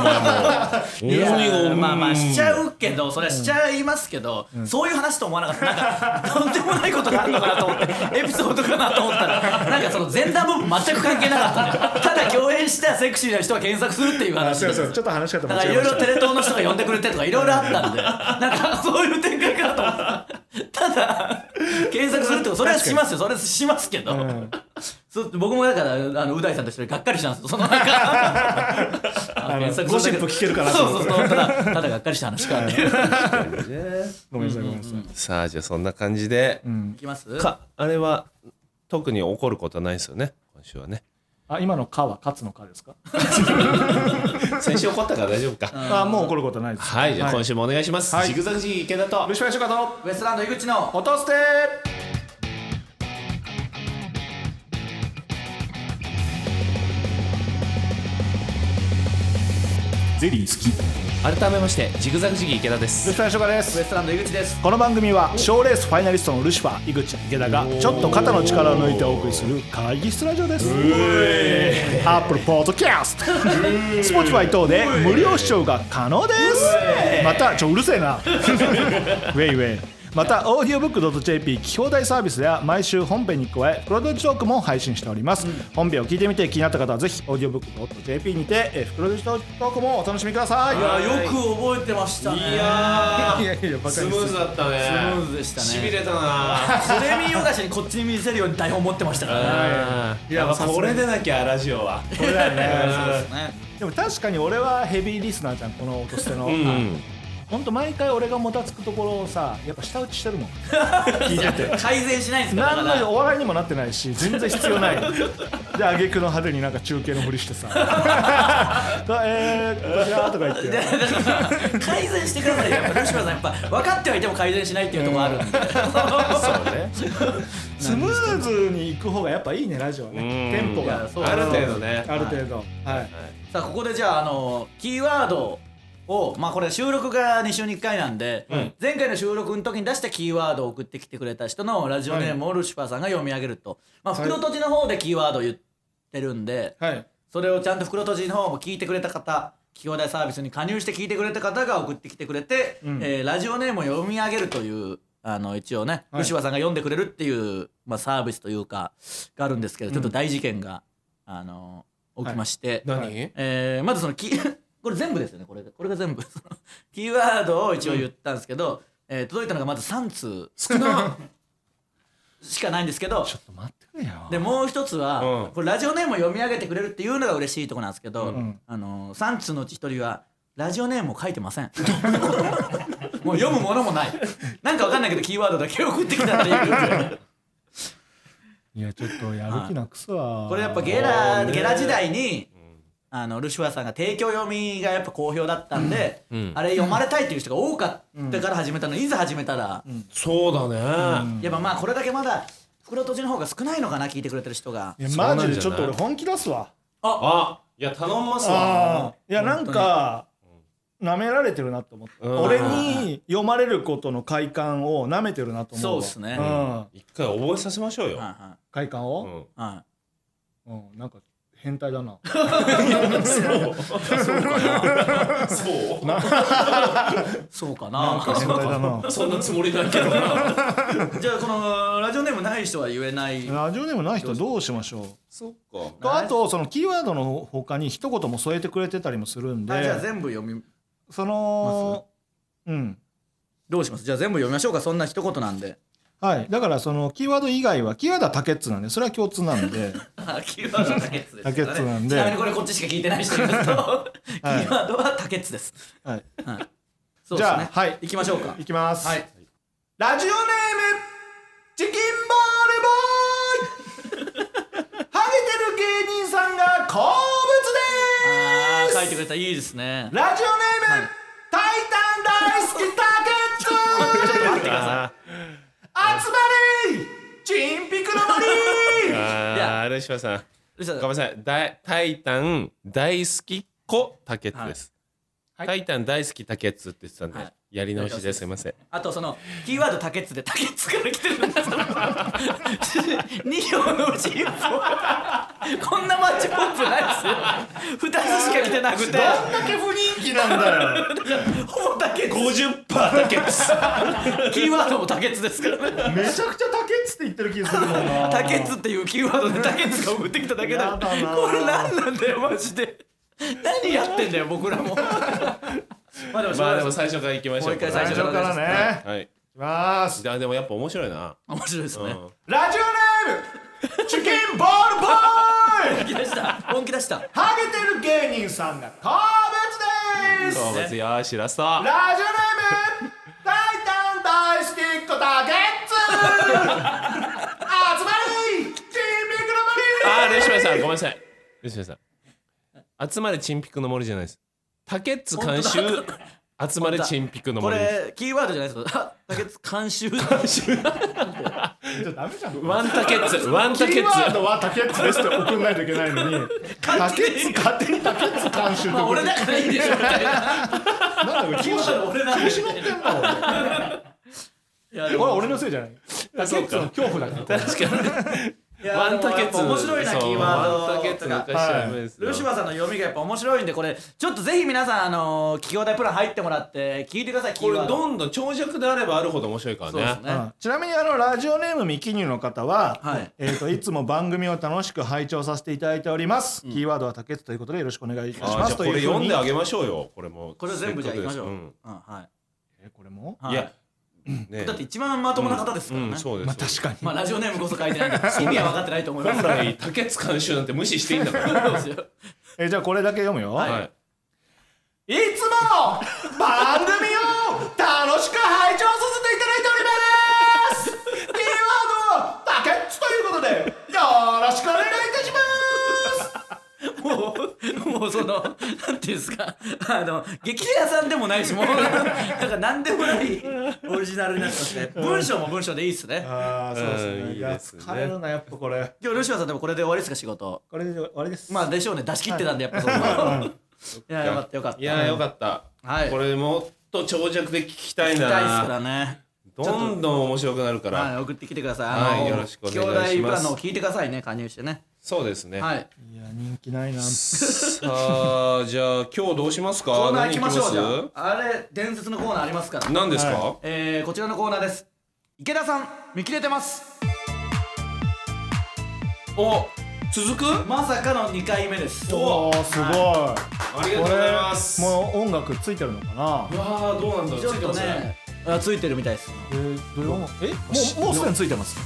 S3: い
S1: お前
S3: や
S1: も
S3: まあまあしちゃうけどそれはしちゃいますけど、そういう話と思わなかったなんかとんでもないことがあるのかなと思ってエピソードかなと思ったらなんかその前段部分全く関係なかったねただ共演したセクシーな人は検索するっていう
S2: あ
S3: 話
S2: すい
S3: で
S2: ますせんちょっと話し方
S3: だ
S2: 間
S3: から
S2: 違え
S3: い
S2: ま
S3: ろい
S2: し
S3: ろ
S2: た
S3: テレ東の人が呼んでくれてとかいろいろあったんでなんかそういう展開かなと思ったただ検索するってことそれはしますよそれはしますけど、
S2: ん
S3: そう僕もだからあのう大さんと一緒にがっかりしたんですよそのなんかあ検索するだ
S2: ゴシップ聞けるかなと
S3: そう
S2: 思
S3: そ
S2: って
S3: うそうただただがっかりした話かっていう
S2: ごめんなさいごめんなさい
S1: さあじゃあそんな感じで、
S2: うん
S3: いきます
S1: かあれは特に怒ることはないですよね今週はね
S2: あ今の「か」は「勝つの「か」ですか
S1: 先週怒ったから大丈夫か
S2: あもう怒ることないです
S1: はいじゃあ今週もお願いします、
S2: はい
S1: ジグザグジギー池田と
S2: ルシファーシュカと
S3: ウエストランド井口の
S2: 音捨て
S4: ゼリー好き
S1: 改めましてジグザグジギー池田で
S2: ル
S1: す
S2: シファーシュカで
S3: ウエ
S2: す
S3: ストランド井口です
S2: この番組は賞レースファイナリストのルシファー井口池田がちょっと肩の力を抜いてお送りする会議室ラジオですアップルポッドキャスト Spotify 等で無料視聴が可能ですまたちょうるせえなウェイウェイまた audiobook.jp 聞き放題サービスでは毎週本編に加え袋とじトークも配信しております、本編を聞いてみて気になった方はぜひ audiobook.jp にて、えー、袋とじトークもお楽しみください
S3: いやよく覚えてましたね
S1: いや
S2: いやいやいや
S1: ー
S2: バカ
S1: ス
S2: にする
S1: ムーズだったね
S3: スムーズでしたね
S1: しびれたな
S3: フレミーヨガ社にこっちに見せるように台本持ってましたからね
S1: うん
S2: いや
S1: やっぱこれでなきゃラジオは
S2: これだよ
S1: うん
S2: ね
S3: ね
S2: でも確かに俺はヘビーリスナーじゃんこの音捨ての、
S1: うん
S2: ほんと毎回俺がもたつくところをさやっぱ舌打ちしてるもん聞いてて
S3: 改善しないんですからだ
S2: 何
S3: か
S2: のお笑いにもなってないし全然必要ない で挙句の派手になんか中継のふりして さ「だえー、こちら」とか言って
S3: ら 改善してくださいよやっぱ吉村さんやっぱ分かってはいても改善しないっていうところあるんで
S2: そうねスムーズに行く方がやっぱいいねラジオはね
S1: うん
S2: テンポ
S3: い
S2: が
S3: やそう
S1: ある程度ね
S2: ある程度はい
S3: さあここでじゃああのキーワードをまあこれ収録が2週に1回なんで、
S1: うん
S3: 前回の収録の時に出したキーワードを送ってきてくれた人のラジオネームをルシファーさんが読み上げると、まあ
S2: はい
S3: 袋閉じの方でキーワードを言ってるんで
S2: はい
S3: それをちゃんと袋閉じの方も聞いてくれた方企業大サービスに加入して聞いてくれた方が送ってきてくれて、
S2: うん
S3: えーラジオネームを読み上げるというあの一応ね、
S2: はい
S3: ルシファーさんが読んでくれるっていう、まあ、サービスというかがあるんですけど、ちょっと大事件があの起きまして。
S1: 何
S3: えーまずそのキー これ全部ですよねこれこれが全部 そのキーワードを一応言ったんですけど、えー届いたのがまず3通少なしかないんですけど
S2: ちょっと待ってくれよ
S3: でもう一つは、
S1: うん
S3: これラジオネームを読み上げてくれるっていうのが嬉しいとこなんですけど、
S2: ん
S3: あのー、3通のうち1人はラジオネームを書いてません もう読むものもないなんかわかんないけどキーワードだけ送ってきたっていう
S2: いやちょっとやる気なくすわ
S3: これやっぱゲラゲラ時代にあのルシファーさんが提供読みがやっぱ好評だったんで、
S1: うん
S3: あれ読まれたいっていう人が多かったから始めたのに、いざ始めたら、
S1: そうだね
S3: やっぱまあこれだけまだ袋閉じの方が少ないのかな聞いてくれてる人が
S2: いや
S1: そうなん
S2: マ
S1: じゃない
S2: ジでちょっと俺本気出すわ
S1: あいや頼んますわ
S2: あーいやなんか舐められてるなと思って
S1: うん
S2: 俺に読まれることの快感を舐めてるなと思うわ
S3: そうっすね
S2: ん
S1: 一回覚えさせましょうよ
S3: は
S2: 快感
S1: う
S2: を
S1: ん
S3: いはいはい
S2: うんなんか変態だな
S1: そう
S3: そうか
S2: な
S3: なん
S2: か変態だな
S1: そんなつもりだけどな
S3: じゃあこのラジオネームない人は言えない
S2: ラジオネームない人どうしましょ
S1: そっか
S2: うあとそのキーワードの他に一言も添えてくれてたりもするん
S3: あじゃあ
S2: で
S3: 全部読み
S2: そのうん
S3: どうしますじゃあ全部読みましょうかそんな一言なんで
S2: はいだからそのキーワード以外はキーワードはタケツなんでそれは共通なん で
S3: あキーワードはタケツですか
S2: タ
S3: らね
S2: ケツなんで
S3: ちなみにこれこっちしか聞いてない人いますとキーワードはタケツです
S2: はい
S3: そう
S2: じ
S3: です
S2: ゃあ
S3: ね
S2: はい
S3: 行きましょうか
S2: いきます
S3: はい
S2: ラジオネームチキンボールボーイハゲてる芸人さんが好物
S3: あー書いてくれたいいですね
S2: ラジオネーム、タイタン大好きタケッツ集まれチンピクの森
S1: ああルシファーさん
S3: ルシファー
S1: ごめんなさいだタイタン大好き子タケツです
S2: はい
S1: タイタン大好きタケツって言ってたんで
S3: はい
S1: やり直しですすいません
S3: あとそのキーワード「タケツ」で「タケツ」から来てるんだ2行のうち1本こんなマッチポップないですよ2つしか来てなくて
S2: だけ不人気なんだよ
S3: ほぼタケツ
S1: 50%タケツ
S3: キーワードも「タケツ」ですからね
S2: めちゃくちゃタケッツって言ってる気がするもんな
S3: タケツっていうキーワードでタケツが送ってきただけだ
S2: やだな
S3: これ何なんだよマジで何やってんだよ僕らもまあでもしょう
S1: まあ
S3: がな
S1: で
S3: い
S1: も
S3: です
S1: 最初からいきましょう
S3: もう一回
S2: 最初からね、い、
S1: はいい
S2: きます
S1: やでもやっぱ面白いな
S3: 面白いです
S1: う
S3: ね
S1: ん
S2: ラジオネームチキンボールボーイ
S3: 本気出した本気出した
S2: ハゲてる芸人さんが好物です
S1: そう別によしラスト
S2: ラジオネーム大胆大好きっ子タゲッツ集まれチンピク
S1: あー、ルシファーさん、ごめんなさい。ルシファーさん。集まれチンピクの森じゃないです。タケッツ監修、集まれチンピクの
S3: こ
S1: 森です。
S3: れキーワードじゃないですかタケツ監修
S2: の森じゃダメじゃん
S1: ワンタケッツ、ワンタ
S2: キ
S1: ケ
S2: ーワー
S1: ッツ。
S2: ドはタケッツですって送んないといけないのにタケッツ勝手にタケッツ監修って
S3: まあ
S2: 送
S3: 俺
S2: る
S3: だからいい でしょみたいな
S2: なんだこれ調子乗
S3: 俺なんでしょ
S2: ってんだ
S3: いやで
S2: これ
S3: も
S2: 俺のせいじゃないタケ
S1: そう
S2: ッツ
S1: か
S2: の恐怖だから
S1: 確かに。
S3: いや
S1: ワンタケ
S3: やっ
S1: ツ
S3: ぱ面白いなキーワード
S1: そうワンタケツ抜かしちゃダメですよ
S3: ルシファーさんの読みがやっぱ面白いんでこれちょっとぜひ皆さんあのー企業大プラン入ってもらって聞いてくださいキ
S1: こ
S3: ー
S1: れ
S3: ワード
S1: どんどん長尺であればあるほど面白いから
S3: そうです
S1: ね
S3: ね、
S2: うんちなみにあのラジオネームミキニューの方は、
S3: はい
S2: えー、といつも番組を楽しく拝聴させていただいております、キーワードは竹内ということでよろしくお願いいたし
S1: あー
S2: ま
S1: じゃ
S2: す
S1: あ
S2: と
S1: こ
S2: いうふう
S1: れ
S2: に
S1: 読んであげましょうよこれも
S3: これ全部じゃあいきましょう、
S1: う
S3: うん
S1: ん
S3: は
S2: えこれも
S3: い、はい
S1: いやね
S3: だって一番まともな方ですからね、
S1: うんそうです
S2: まあ確かに、
S3: まあラジオネームこそ書いてないんで意味は分かってないと思います
S1: 本来竹津監修なんて無視していいんだ から
S3: そうですよ
S2: えーじゃあこれだけ読むよ、、
S1: はいい
S2: つもの番組を楽しく拝聴させていただいておりますキーワードは竹内ということでよろしくお願いいたします
S3: もうもうそのなんていうんですかあの激レアさんでもないしもうなんか何でもないオリジナルになってますね文章も文章でいいっすね
S2: ああそうですね
S1: うん
S2: いや
S1: いいですね
S2: 疲れるなやっぱこれ
S3: 今日ルシファーさんでもこれで終わりですか仕事
S2: これで終わりです
S3: まあでしょうね出し切ってたんでやっぱその
S2: うん
S3: いやよかったよかった
S1: いやよかった
S3: はい
S1: これもっと長尺で聞きたい
S3: 聞きたいですか
S1: な
S3: らね
S1: どんどん面白くなるか
S3: はい
S1: ら
S3: 送ってきてください
S1: はい
S3: あの
S1: よろしくお願いします
S3: 兄弟プランのを聞いてくださいね加入してね
S1: そうですね
S3: はい
S2: いや人気ないな
S1: さあじゃあ今日どうしますか
S3: コーナー行きましょうじ
S1: 何行
S3: ゃああれ伝説のコーナーありますから
S1: す何ですか
S2: は
S3: えーこちらのコーナーです池田さん見切れてます
S1: お続く
S3: まさかの2回目です
S2: おーすごい
S1: ありがとう
S2: こ
S1: ございます
S2: れもう音楽ついてるのかな
S1: うわーどうなんだろう
S3: ちょ
S1: つい
S3: っ
S1: て
S3: と
S1: ますね
S3: ねあついてるみたいです
S2: えーどういう音えもうもうすでについて ます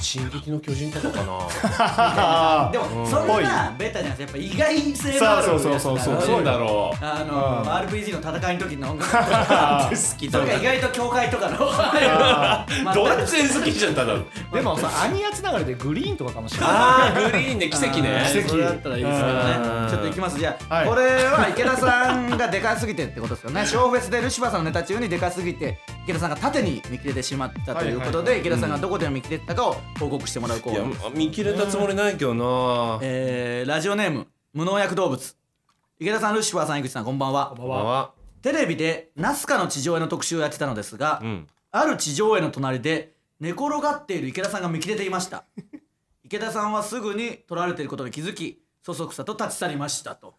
S1: 進撃の巨人とかかな
S3: でもそん
S2: ぽい
S3: なベタじゃなくてやっぱ意外性のある
S2: そ
S3: や
S2: う
S3: つ
S2: そうそうそう
S1: どうだろう
S3: あ
S2: うん
S3: の RPG の戦いの時の音楽とか
S1: 好き
S3: そ れが意外と教会とか
S1: ドラ
S3: の全く
S1: クエ好きじゃんただの
S2: でもさアニアつながりでグリーンとかかもしれな
S1: あーグリーンで奇跡ね
S2: 奇跡
S3: それだったらいいですけど
S1: う
S3: ね
S1: ん
S3: ちょっといきますじゃあ、
S2: はい
S3: これは池田さんがでかすぎてってことですよねショーフェスでルシファーさんのネタ中にでかすぎて池田さんが縦に見切れてしまったということで、
S2: はいはいはい
S3: 池田さんがどこで見切れてたかを報告してもらうコ
S1: い
S3: ー
S1: や
S3: ナー、
S1: 見切れたつもりないけどな
S3: えー、ラジオネーム無農薬動物池田さんルシファーさん井口さんこんばんは
S2: いこんばんは
S1: は
S3: テレビでナスカの地上絵の特集をやってたのですが、
S1: うん
S3: ある地上絵の隣で寝転がっている池田さんが見切れていました池田さんはすぐに取られていることに気づきそそくさと立ち去りましたと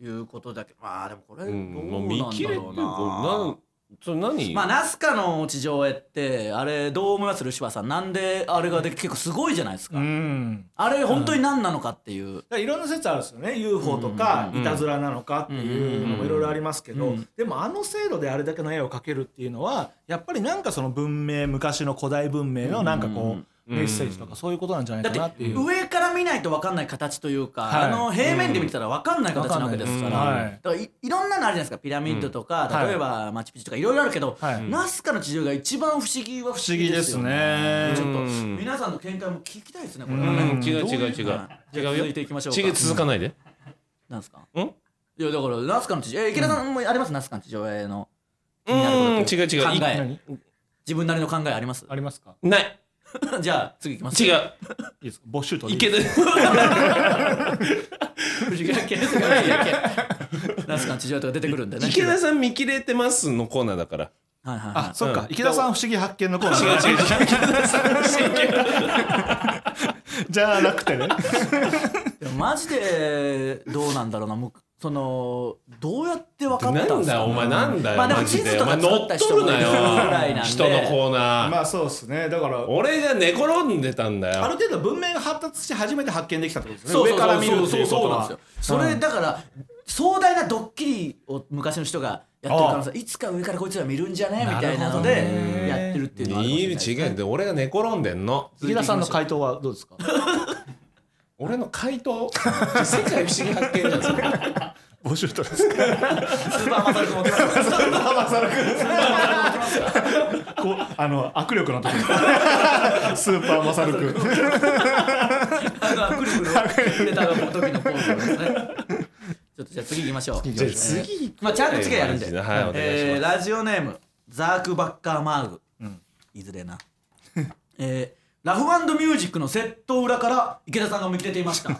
S3: いうことだけどまあでもこれど
S1: う
S3: うん
S1: もう
S3: な
S1: 見
S3: ん
S1: 切
S3: だ
S1: れて
S3: ろ
S1: るこ
S3: う
S1: れ
S3: な
S1: なんそれ何
S3: まあナスカの地上絵ってあれどう思いますルシファーさんなんであれができ結構すごいじゃないですか、
S2: うん
S3: あれ本当に何なのかっていう、
S2: だからいろんな説あるんですよね UFO とかいたずらなのかっていうのもいろいろありますけ
S3: うん
S2: ど
S3: うん
S2: でもあの制度であれだけの絵を描けるっていうのはやっぱりなんかその文明昔の古代文明のなんか
S3: うんう
S2: こ
S3: ん
S2: うメッセージとかそういうことなんじゃない
S3: だ
S2: かなっ
S3: ってて
S2: いう。
S3: 上から見ないと分かんない形というか、
S2: はい
S3: あの平面で見てたら分かんない形なわけですから,、
S1: うんわかん
S2: ないです
S3: だからいいろんなのあるじゃないですかピラミッドとか、
S2: うんはい
S3: 例えばマチュピチュとかいろいろあるけど、
S2: はい
S3: ナスカの地上が一番不思議は
S2: 不
S3: 不思
S2: 思
S3: 議
S2: 議
S3: で
S2: ですす
S3: よ
S2: ね
S3: ちょっと
S1: うん
S3: 皆さんの見解も聞きたいですねこれは
S1: う
S3: ね
S1: ん違う
S3: どい
S1: 違う違う
S3: はいじゃあ
S1: 違うよ
S3: 続いていきましょうか
S1: ち続かないで
S3: なんですか
S1: うん
S3: いやだからナスカの地上え池田さんもありますナスカの地上絵の
S1: うん違う違う
S3: 考え
S2: 何
S3: 自分なりの考えあります
S2: ありますか
S1: ない
S3: じゃあ次いきます
S1: 違
S3: う
S1: う
S2: いいですか没収取
S1: い
S2: り
S1: け る
S3: ナスカの地上絵とか出てくるんでね
S1: 池田さん見切れてますのコーナーだから
S3: はいはいは
S2: あ
S3: い
S2: そっ
S1: う
S2: か
S1: ん
S2: 池田さん不思議発見のコーナ
S1: 違う違
S2: ー
S1: う違う池田さん
S2: じゃなくてね
S3: でもマジでどうなんだろうなもうそのどうやって分かったん
S1: な
S3: ですかね
S1: んだよお前なんだよ
S3: まあでも
S1: マジ
S3: 地図
S1: で
S3: と
S1: お
S3: か
S1: 前
S3: 作
S1: 乗
S3: っ
S1: った取
S3: 人も
S1: る
S3: いる
S1: な
S3: ぐらいなん
S1: よ
S3: で
S1: 人のコーナー
S2: まあそうですねだから
S1: 俺が寝転んでたんだ
S2: ある
S1: よ
S2: 程度文明が発達して初めて発見できたってことです
S3: そ
S2: ね
S3: う
S2: 上から見るって
S3: そう
S2: いう
S3: そ
S2: こと
S3: うそうなん
S2: は
S3: ですよそれだから壮大なドッキリを昔の人がやってる可能性いつか上からこいつら見るんじゃねみたいなのでやってるっていうのはあるかも
S1: い
S3: し
S1: い
S3: れない
S1: 違うで俺が寝転んでんの
S2: 池田さんの回答はどうですか
S1: 俺の回答 世界不思議発見じゃんそれ
S2: 募集取りですか
S3: スーパーマサル君持ってますスーパーマサル君スーパーマサル君持ってますよ
S2: こうあの握力の時スーパーマサル君
S3: あのくるくる出た時のポーズですねちょっとじゃあ次行きましょう
S2: じゃあ
S1: 次行こう
S3: まあちゃんと次はやるんで
S1: はいお願いします
S3: えーラジオネームザーク・バッカー・マーグ、いずれな えーラフミュージックのセット裏から池田さんが見切れていました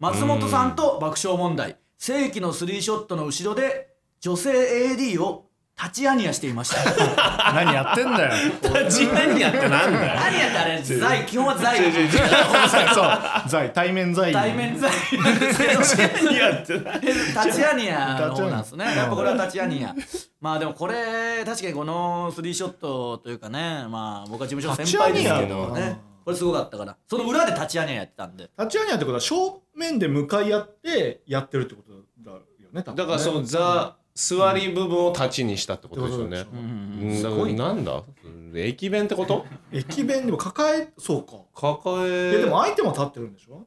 S3: 松本さんと爆笑問題世紀のスリーショットの後ろで女性 AD を立ちアニヤしていました
S2: 何やってんだよ
S1: 立ち何やってなんだよ
S3: アニヤってあれ財基本は財
S2: そう在対面在
S3: 対面財
S1: 何やってない
S3: 立ちアニヤの方なんですねやっぱこれは立ちアニヤまあでもこれ確かにこのスリーショットというかねまあ僕は事務所の先輩ですけ
S1: 立ちア
S3: ど
S2: ニヤ
S3: ねこれすごかったからその裏で立ちアニヤやってたんで
S2: 立ちアニアってことは正面で向かい合ってやってるってことだよね多分ね
S1: だからそのザ座り部分を立ちにしたってことですよね
S2: ってことでしょ
S1: うんだからなんだうん駅弁ってこと
S2: 駅弁でも抱えそうか
S1: 抱え
S2: いやでも相手も立ってるんでしょ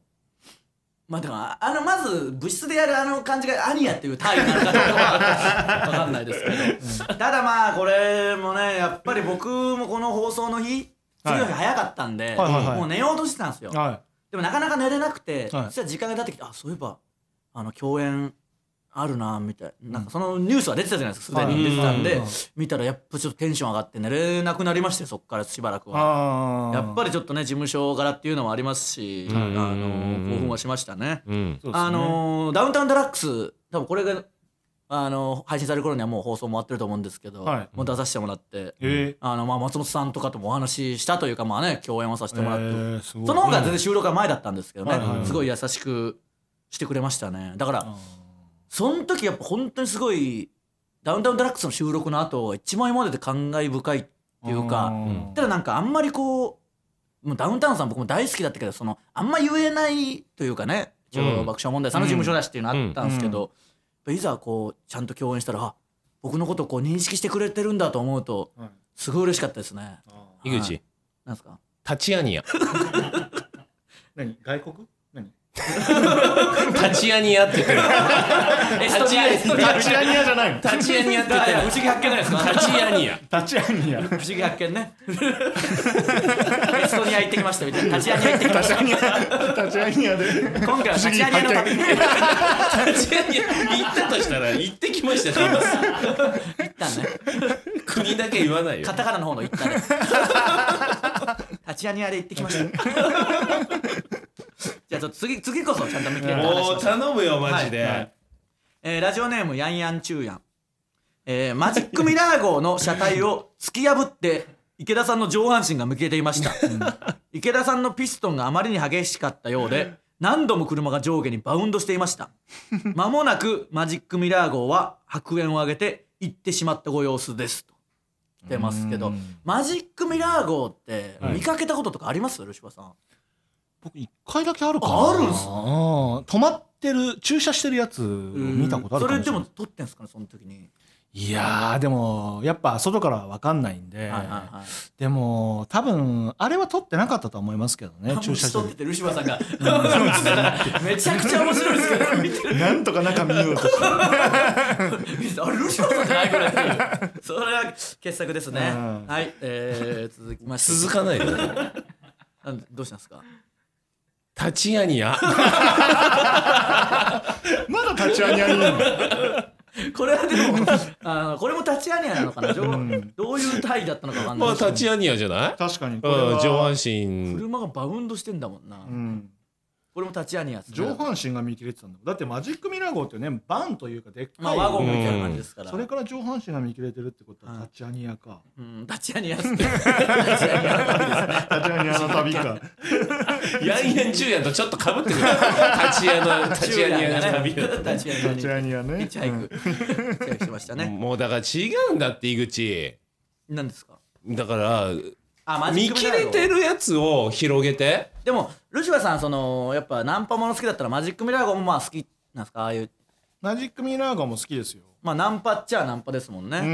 S3: まあでもあのまず部室でやるあの感じがアニヤっていう単位なのかどうかは分かんないですけどただまあこれもねやっぱり僕もこの放送の日
S2: はい
S3: 次の日早かったん
S2: はい
S3: で、
S2: はいはい
S3: もう寝ようとしてたんですよ、
S2: は
S3: でもなかなか寝れなくて、
S2: はい
S3: そしたら時間が経ってきてあそういえばあの共演あるなみたいななんかそのニュースは出てたじゃないですかすでに出てたん
S2: はい
S3: で
S2: うん
S3: 見たらやっぱちょっとテンション上がって寝れなくなりましてそっからしばらく
S2: い
S3: は
S2: あ
S3: やっぱ
S2: り
S3: りちょっとね事務所柄っていうのもありますし、
S1: うんうんうん
S3: あ
S1: うん
S3: の興奮はしましたね、
S1: うん
S3: あのーダウンタウンデラックス多分これが、あのー配信される頃にはもう放送終わってると思うんですけど、
S2: はい
S3: もう出させてもらって、
S2: え
S3: あのまあ、松本さんとかともお話ししたというかまあね共演をさせてもらって、
S2: ーすごい
S3: その方が全然収録が前だったんですけどね、
S2: はいはいはい
S3: すごい優しくしてくれましたねだから、
S2: あ
S3: その時やっぱ本当にすごいダウンタウンデラックスの収録の後が一番今までで感慨深いっていうか、
S2: うん
S3: ただなんかあんまりこうもうダウンタウンさん僕も大好きだったけどそのあんま言えないというかね一応
S1: うん
S3: 爆笑問題さんの事務所だしっていうのあったんですけど、いざこうちゃんと共演したらあ僕のことをこう認識してくれてるんだと思うと
S2: はい
S3: すごい嬉しかったですね。
S2: あー
S1: 井口
S3: なんですか
S1: タチアニア
S2: 何外国何
S1: タチアニアって言 ってる
S3: エ
S1: ストニア
S3: エストニア
S2: 立ちアニアじゃないの
S1: タチアニアって言ってる
S3: 不思議発見ないですか
S1: タチアニア
S2: 立ちアニア
S3: 不思議発見ねエストニア行ってきましたみたいな立ち上げ行ってきました
S2: 立ちアニアで
S3: 今回は立ち上げの旅行
S1: 立ち上げ行ったとしたら行ってきましたね
S3: ったね
S1: 今国だけ言わないよ
S3: カタカナの方の行ったね立ちアニアで行ってきましたじゃあちょっと次次こそちゃんと見切れた
S1: も
S3: 話しま
S1: う
S3: しょう
S1: 頼むよマジで、
S2: はいはい
S3: えーラジオネームヤンヤンチューヤン、えーマジックミラー号の車体を突き破って 池田さんの上半身が向けていました池田さんのピストンがあまりに激しかったようで何度も車が上下にバウンドしてい ました間もなくマジックミラー号は白煙を上げて行ってしまったご様子ですと来てますけ
S2: う
S3: ど
S2: ん
S3: マジックミラー号って
S2: はい
S3: 見かけたこととかあります、ルシファーさん
S2: 僕一回だけあるかな
S3: あるんすね
S2: あー止まってる駐車してるやつを見たことあるかもしれ
S3: そ
S2: な
S3: れ
S2: い
S3: でも撮ってんすかねその時に、
S2: いやーでもやっぱ外からは分かんないんで、
S3: はいはいはい
S2: でも多分あれは撮ってなかったと思いますけどね
S3: 駐
S2: 駐車
S3: 車撮
S2: 場
S3: っててルシファーさんが映ってたからめちゃくちゃ面白いですけど見て
S2: でなんとか中見ようと して
S3: 見てあれルシファーさんじゃないこれっていうそれは傑作ですね
S2: うん
S3: はい、えー、続きまして
S1: 続かないよ
S3: なんどうしたんですか
S1: タチアニ ア
S2: まだ立ち上げにいいの
S3: これはでもあのこれも立ちアニアなのかなど
S2: う
S3: うんどういう体位だったのかわかんな
S1: まあ
S3: いですけど
S1: タチアニアじゃない
S2: 確かにこれは
S1: うん上半身
S3: 車がバウンドしてんだもんな、
S2: うん
S3: これも立ちアニアですね
S2: 上半身が見切れてたんだだってマジックミラー号ってねバンというかでっかい、
S3: まあワゴンみたいな感じですから、
S2: それから上半身が見切れてるってことは
S3: はい
S2: 立ちアニアか
S3: うん、立ちアニアですね立ちアニアの旅ですね
S2: 立ちアニアの旅 か
S1: ヤンヤンチューヤンとちょっと被ってくるタチアのタチアニアの旅だ
S3: 立ちアニア
S2: 立ちアニアね
S3: ヒッチハイク、ヒッチハイクしましたね。
S1: もうだから違うんだって井口
S3: 何ですか。
S1: だから
S3: あ、マジッ
S1: 見
S3: ク
S1: 切
S3: ミラー
S1: れ
S3: 号
S1: てるやつを広げて
S3: でも、ルシファーさん、その、やっぱナンパもの好きだったら、マジックミラー号もまあ好きなんですか。ああいう、
S2: マジックミラー号も好きですよ
S3: まあナンパっちゃナンパですもん
S2: う
S3: ね。うん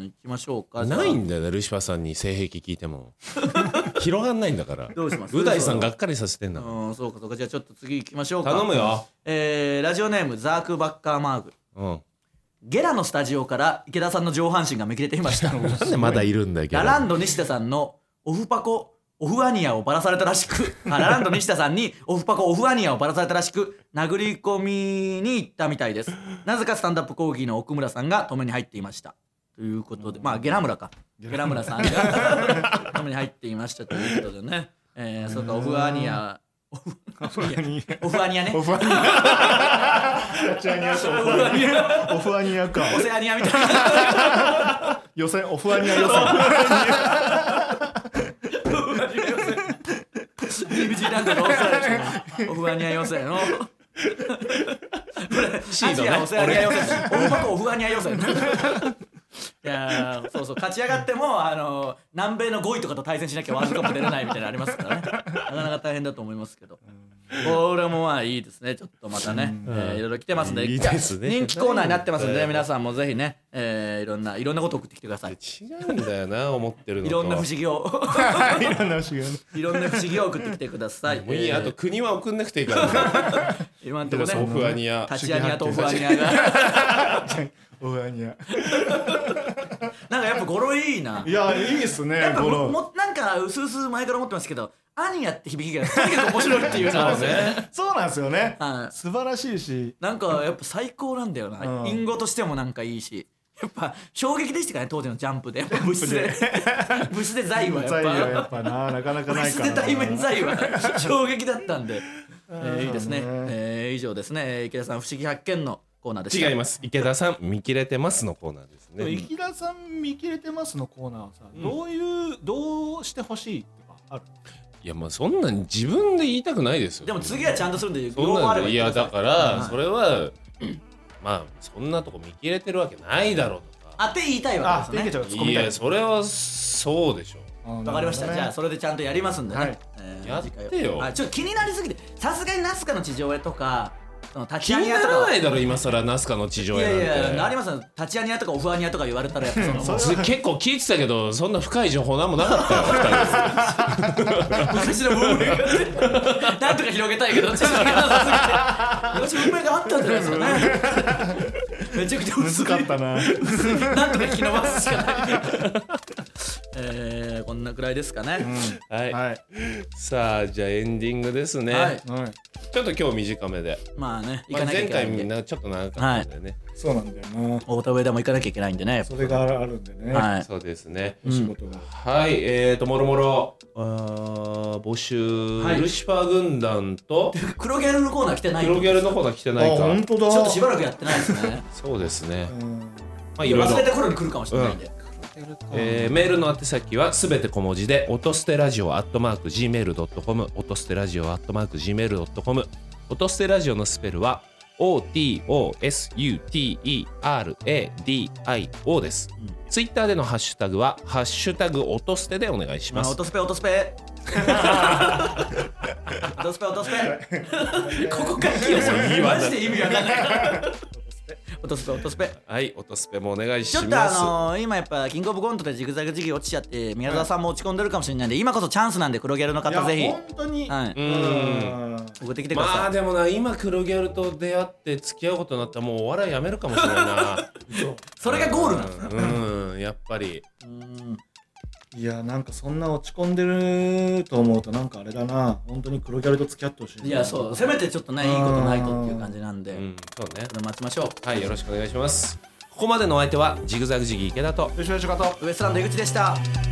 S3: ん、行きましょうか。じゃあ
S1: ないんだよなルシファーさんに性癖聞いても 広がんないんだから
S3: どうします
S1: う大さんがっかりさせてんだから
S3: うん、そうか、そうか、じゃあ、ちょっと次行きましょうか。
S1: 頼む。よ
S3: えー、ラジオネームザークバッカーマーグ。
S1: うん
S3: ゲラのスタジオから池田さんの上半身が見切れていま した。
S1: なんでまだいるんだけど
S3: ラランド西田さんのオフパコオフアニアをばらされたらしくあラランド西田さんにオフパコオフアニアをばらされたらしく殴り込みに行ったみたいですなぜかスタンダップ講義の奥村さんが止めに入っていましたということでまあゲラ村かゲラ 村さんが止めに入っていましたということでねえーそうかオフアニア
S2: オフアニ
S3: オフアニアね
S4: オ
S3: オ
S4: フアニア。立ち上げましょうオフアニア。オフアニア か。
S3: セアニアみたいな
S4: 予選、オフアニア予 選。
S3: ニュージーランドのオフアニアオフアニア予選の
S1: シード
S3: アジア
S1: ね
S3: オセアニア予選大箱オフアニア予選いやーそうそう勝ち上がってもあのー南米の5位とかと対戦しなきゃワールドカップ出れないみたいなのありますからねなかなか大変だと思いますけどこれもまあいいですねちょっとまたね、えーいろいろ来てますんで
S1: いいですね
S3: 人気コーナーになってますんで、
S1: えー
S3: 皆さんもぜひね、えーいろんないろんなこと送ってきてください
S1: 違うんだよな思ってるのと
S3: いろんな不思議を
S4: いろんな話がね
S3: いろんな不思議を送ってきてください
S1: もういい
S3: え
S1: や
S3: ー
S1: あと国は送んなくていい から
S3: 今んと
S1: でもソ
S3: こ
S1: フ
S3: ね
S1: アニア
S3: 立ちアニアとオフアニアが
S4: オフアニア。
S3: なんかやっぱ語呂い いない
S4: や、いいっす
S3: や
S4: ね
S3: っ、ぱ
S4: ゴ
S3: も
S4: ロ。
S3: もなんかうすうす前から思ってますけどアニアって響きがとにかく面白いっていうのは
S1: そうね
S4: そうなんですよね
S3: は。い
S4: 素晴らしいし。
S3: なんかやっぱ最高なんだよ
S4: う
S3: なん隠語としてもなんかいいしやっぱ衝撃でしたからね当時のジャンプでやっぱ物質で物質で財は
S4: 材料
S3: や
S4: や
S3: っ
S4: っ
S3: ぱ
S4: ぱな、なか なか
S3: 物
S4: ない
S3: 質
S4: から
S3: で
S4: な。
S3: 対面財は衝撃だったんで、えーいいですね、
S4: ね
S3: えー以上ですねえー池田さん不思議発見のコーナーでした
S1: 違います池田さん見切れてますのコーナーです
S2: でも
S1: ね
S2: 池田さん見切れてますのコーナーはさ、どういうどうしてほしいとかある
S1: いやまあそんなに自分で言いたくないですよ
S3: でも次はちゃんとするんで
S1: そん
S3: 両方
S1: な
S3: あれ
S1: ん
S3: ば
S1: でい
S3: 言っ
S1: や
S3: てくだ
S1: だ
S3: さい
S1: から
S3: はい
S1: それはまあそんなとこ見切れてるわけないだろうとか
S3: 当て言いたいわ
S4: あ、
S3: け
S4: で
S3: です
S4: けち
S3: よ
S4: ゃう。突っ込
S3: ね
S1: い
S4: みたい
S1: や。それはそうでしょ
S4: わ
S3: わかりました、じゃあそれでちゃんとやりますんでね、
S4: はい
S3: え
S1: やってよ
S3: あちょっと気になりすぎてさすがにナスカの地上絵とかその立
S1: 気
S3: ちア
S1: に
S3: ニア
S1: な
S3: とからは
S1: ないだろ今更ナスカの地上
S3: い
S1: 絵
S3: やいや
S1: なんて
S3: なりますよ立ちアニアとかオフアニアとか言われたらやっぱ そ
S4: そ
S3: の
S1: ず結構聞いてたけどそんな深い情報なんもなかったよ二人
S3: 昔の文明がなんとか広げたいけどちょっと時間が なさすぎて昔文明があったんじゃないです かねめちゃくちゃ薄
S4: 難
S3: い
S4: かった な。
S3: なんとか引き伸ばすしかない えー、こんなくらいですかね、
S1: はい、
S4: はい。
S1: さあじゃあエンディングですね、
S3: はい
S4: はい。
S1: ちょっと今日短めで、
S3: まあね行
S1: ま
S3: か
S1: あ、
S3: なきゃい
S1: 前
S3: けない
S1: 回
S3: ん
S1: みん
S3: で
S1: なちょっと長かったんでね、
S4: そうなんだよな。
S3: 太田上田も行かなきゃいけないんでね
S4: それがあるんでね。
S3: はい
S1: そうですね
S4: お仕事が。
S1: はいえーともろもろあー募集、
S3: はい
S1: ルシファー軍団と
S3: 黒ギャルのコーナー来てない
S1: 黒ギャルの方が来てないか
S4: 当だ
S3: ちょっとしばらくやってないですね
S1: そうですね
S4: うん
S1: まあいろい
S3: 忘
S1: ろ
S3: れた頃に来るかもしれないんで、
S1: えーメールの宛先はすべて小文字で音捨てラジオアットマーク Gmail.com 音捨てラジオアットマーク Gmail.com 音捨てラジオのスペルは OTOSUTERADIO です、ツイッターでのハッシュタグは「ハッシュタグ音捨て」でお願いし
S3: ま
S1: ま
S3: あ、
S1: す
S3: 音スペ音スペ音スペ 音スペここから来よ
S1: いいわ
S3: マジで意味わかんない音スペ音スペ
S1: はい音捨てもお願いし
S3: ち
S1: ま
S3: ょ
S1: す
S3: っとあのー、今やっぱキングオブコントでジグザグ時期落ちちゃって宮沢さんも落ち込んでるかもしれないんで今こそチャンスなんで黒ギャルの
S4: い
S3: 方
S4: や
S3: ぜひ、
S4: 本当に。
S3: はい、
S1: う
S4: うんん。
S3: 送ってきてください、
S1: まあでもな今黒ギャルと出会って付き合うことになったらもうお笑いやめるかもしれない な
S3: それがゴールなんですね
S1: うんやっぱり
S4: いやなんかそんな落ち込んでると思うとなんかあれだな本当に黒ギャルと付き合ってほしい
S3: いやそうせめてちょっとねいいことないとっていう感じなんで、
S1: う
S3: こ
S1: んそうね
S3: れ待ちましょ
S1: はい、よろしくお願いします。ここまでのお相手はジグザグジギー池田と
S4: うよしよしよかった
S3: うウエストランド井口でした
S4: バイバイ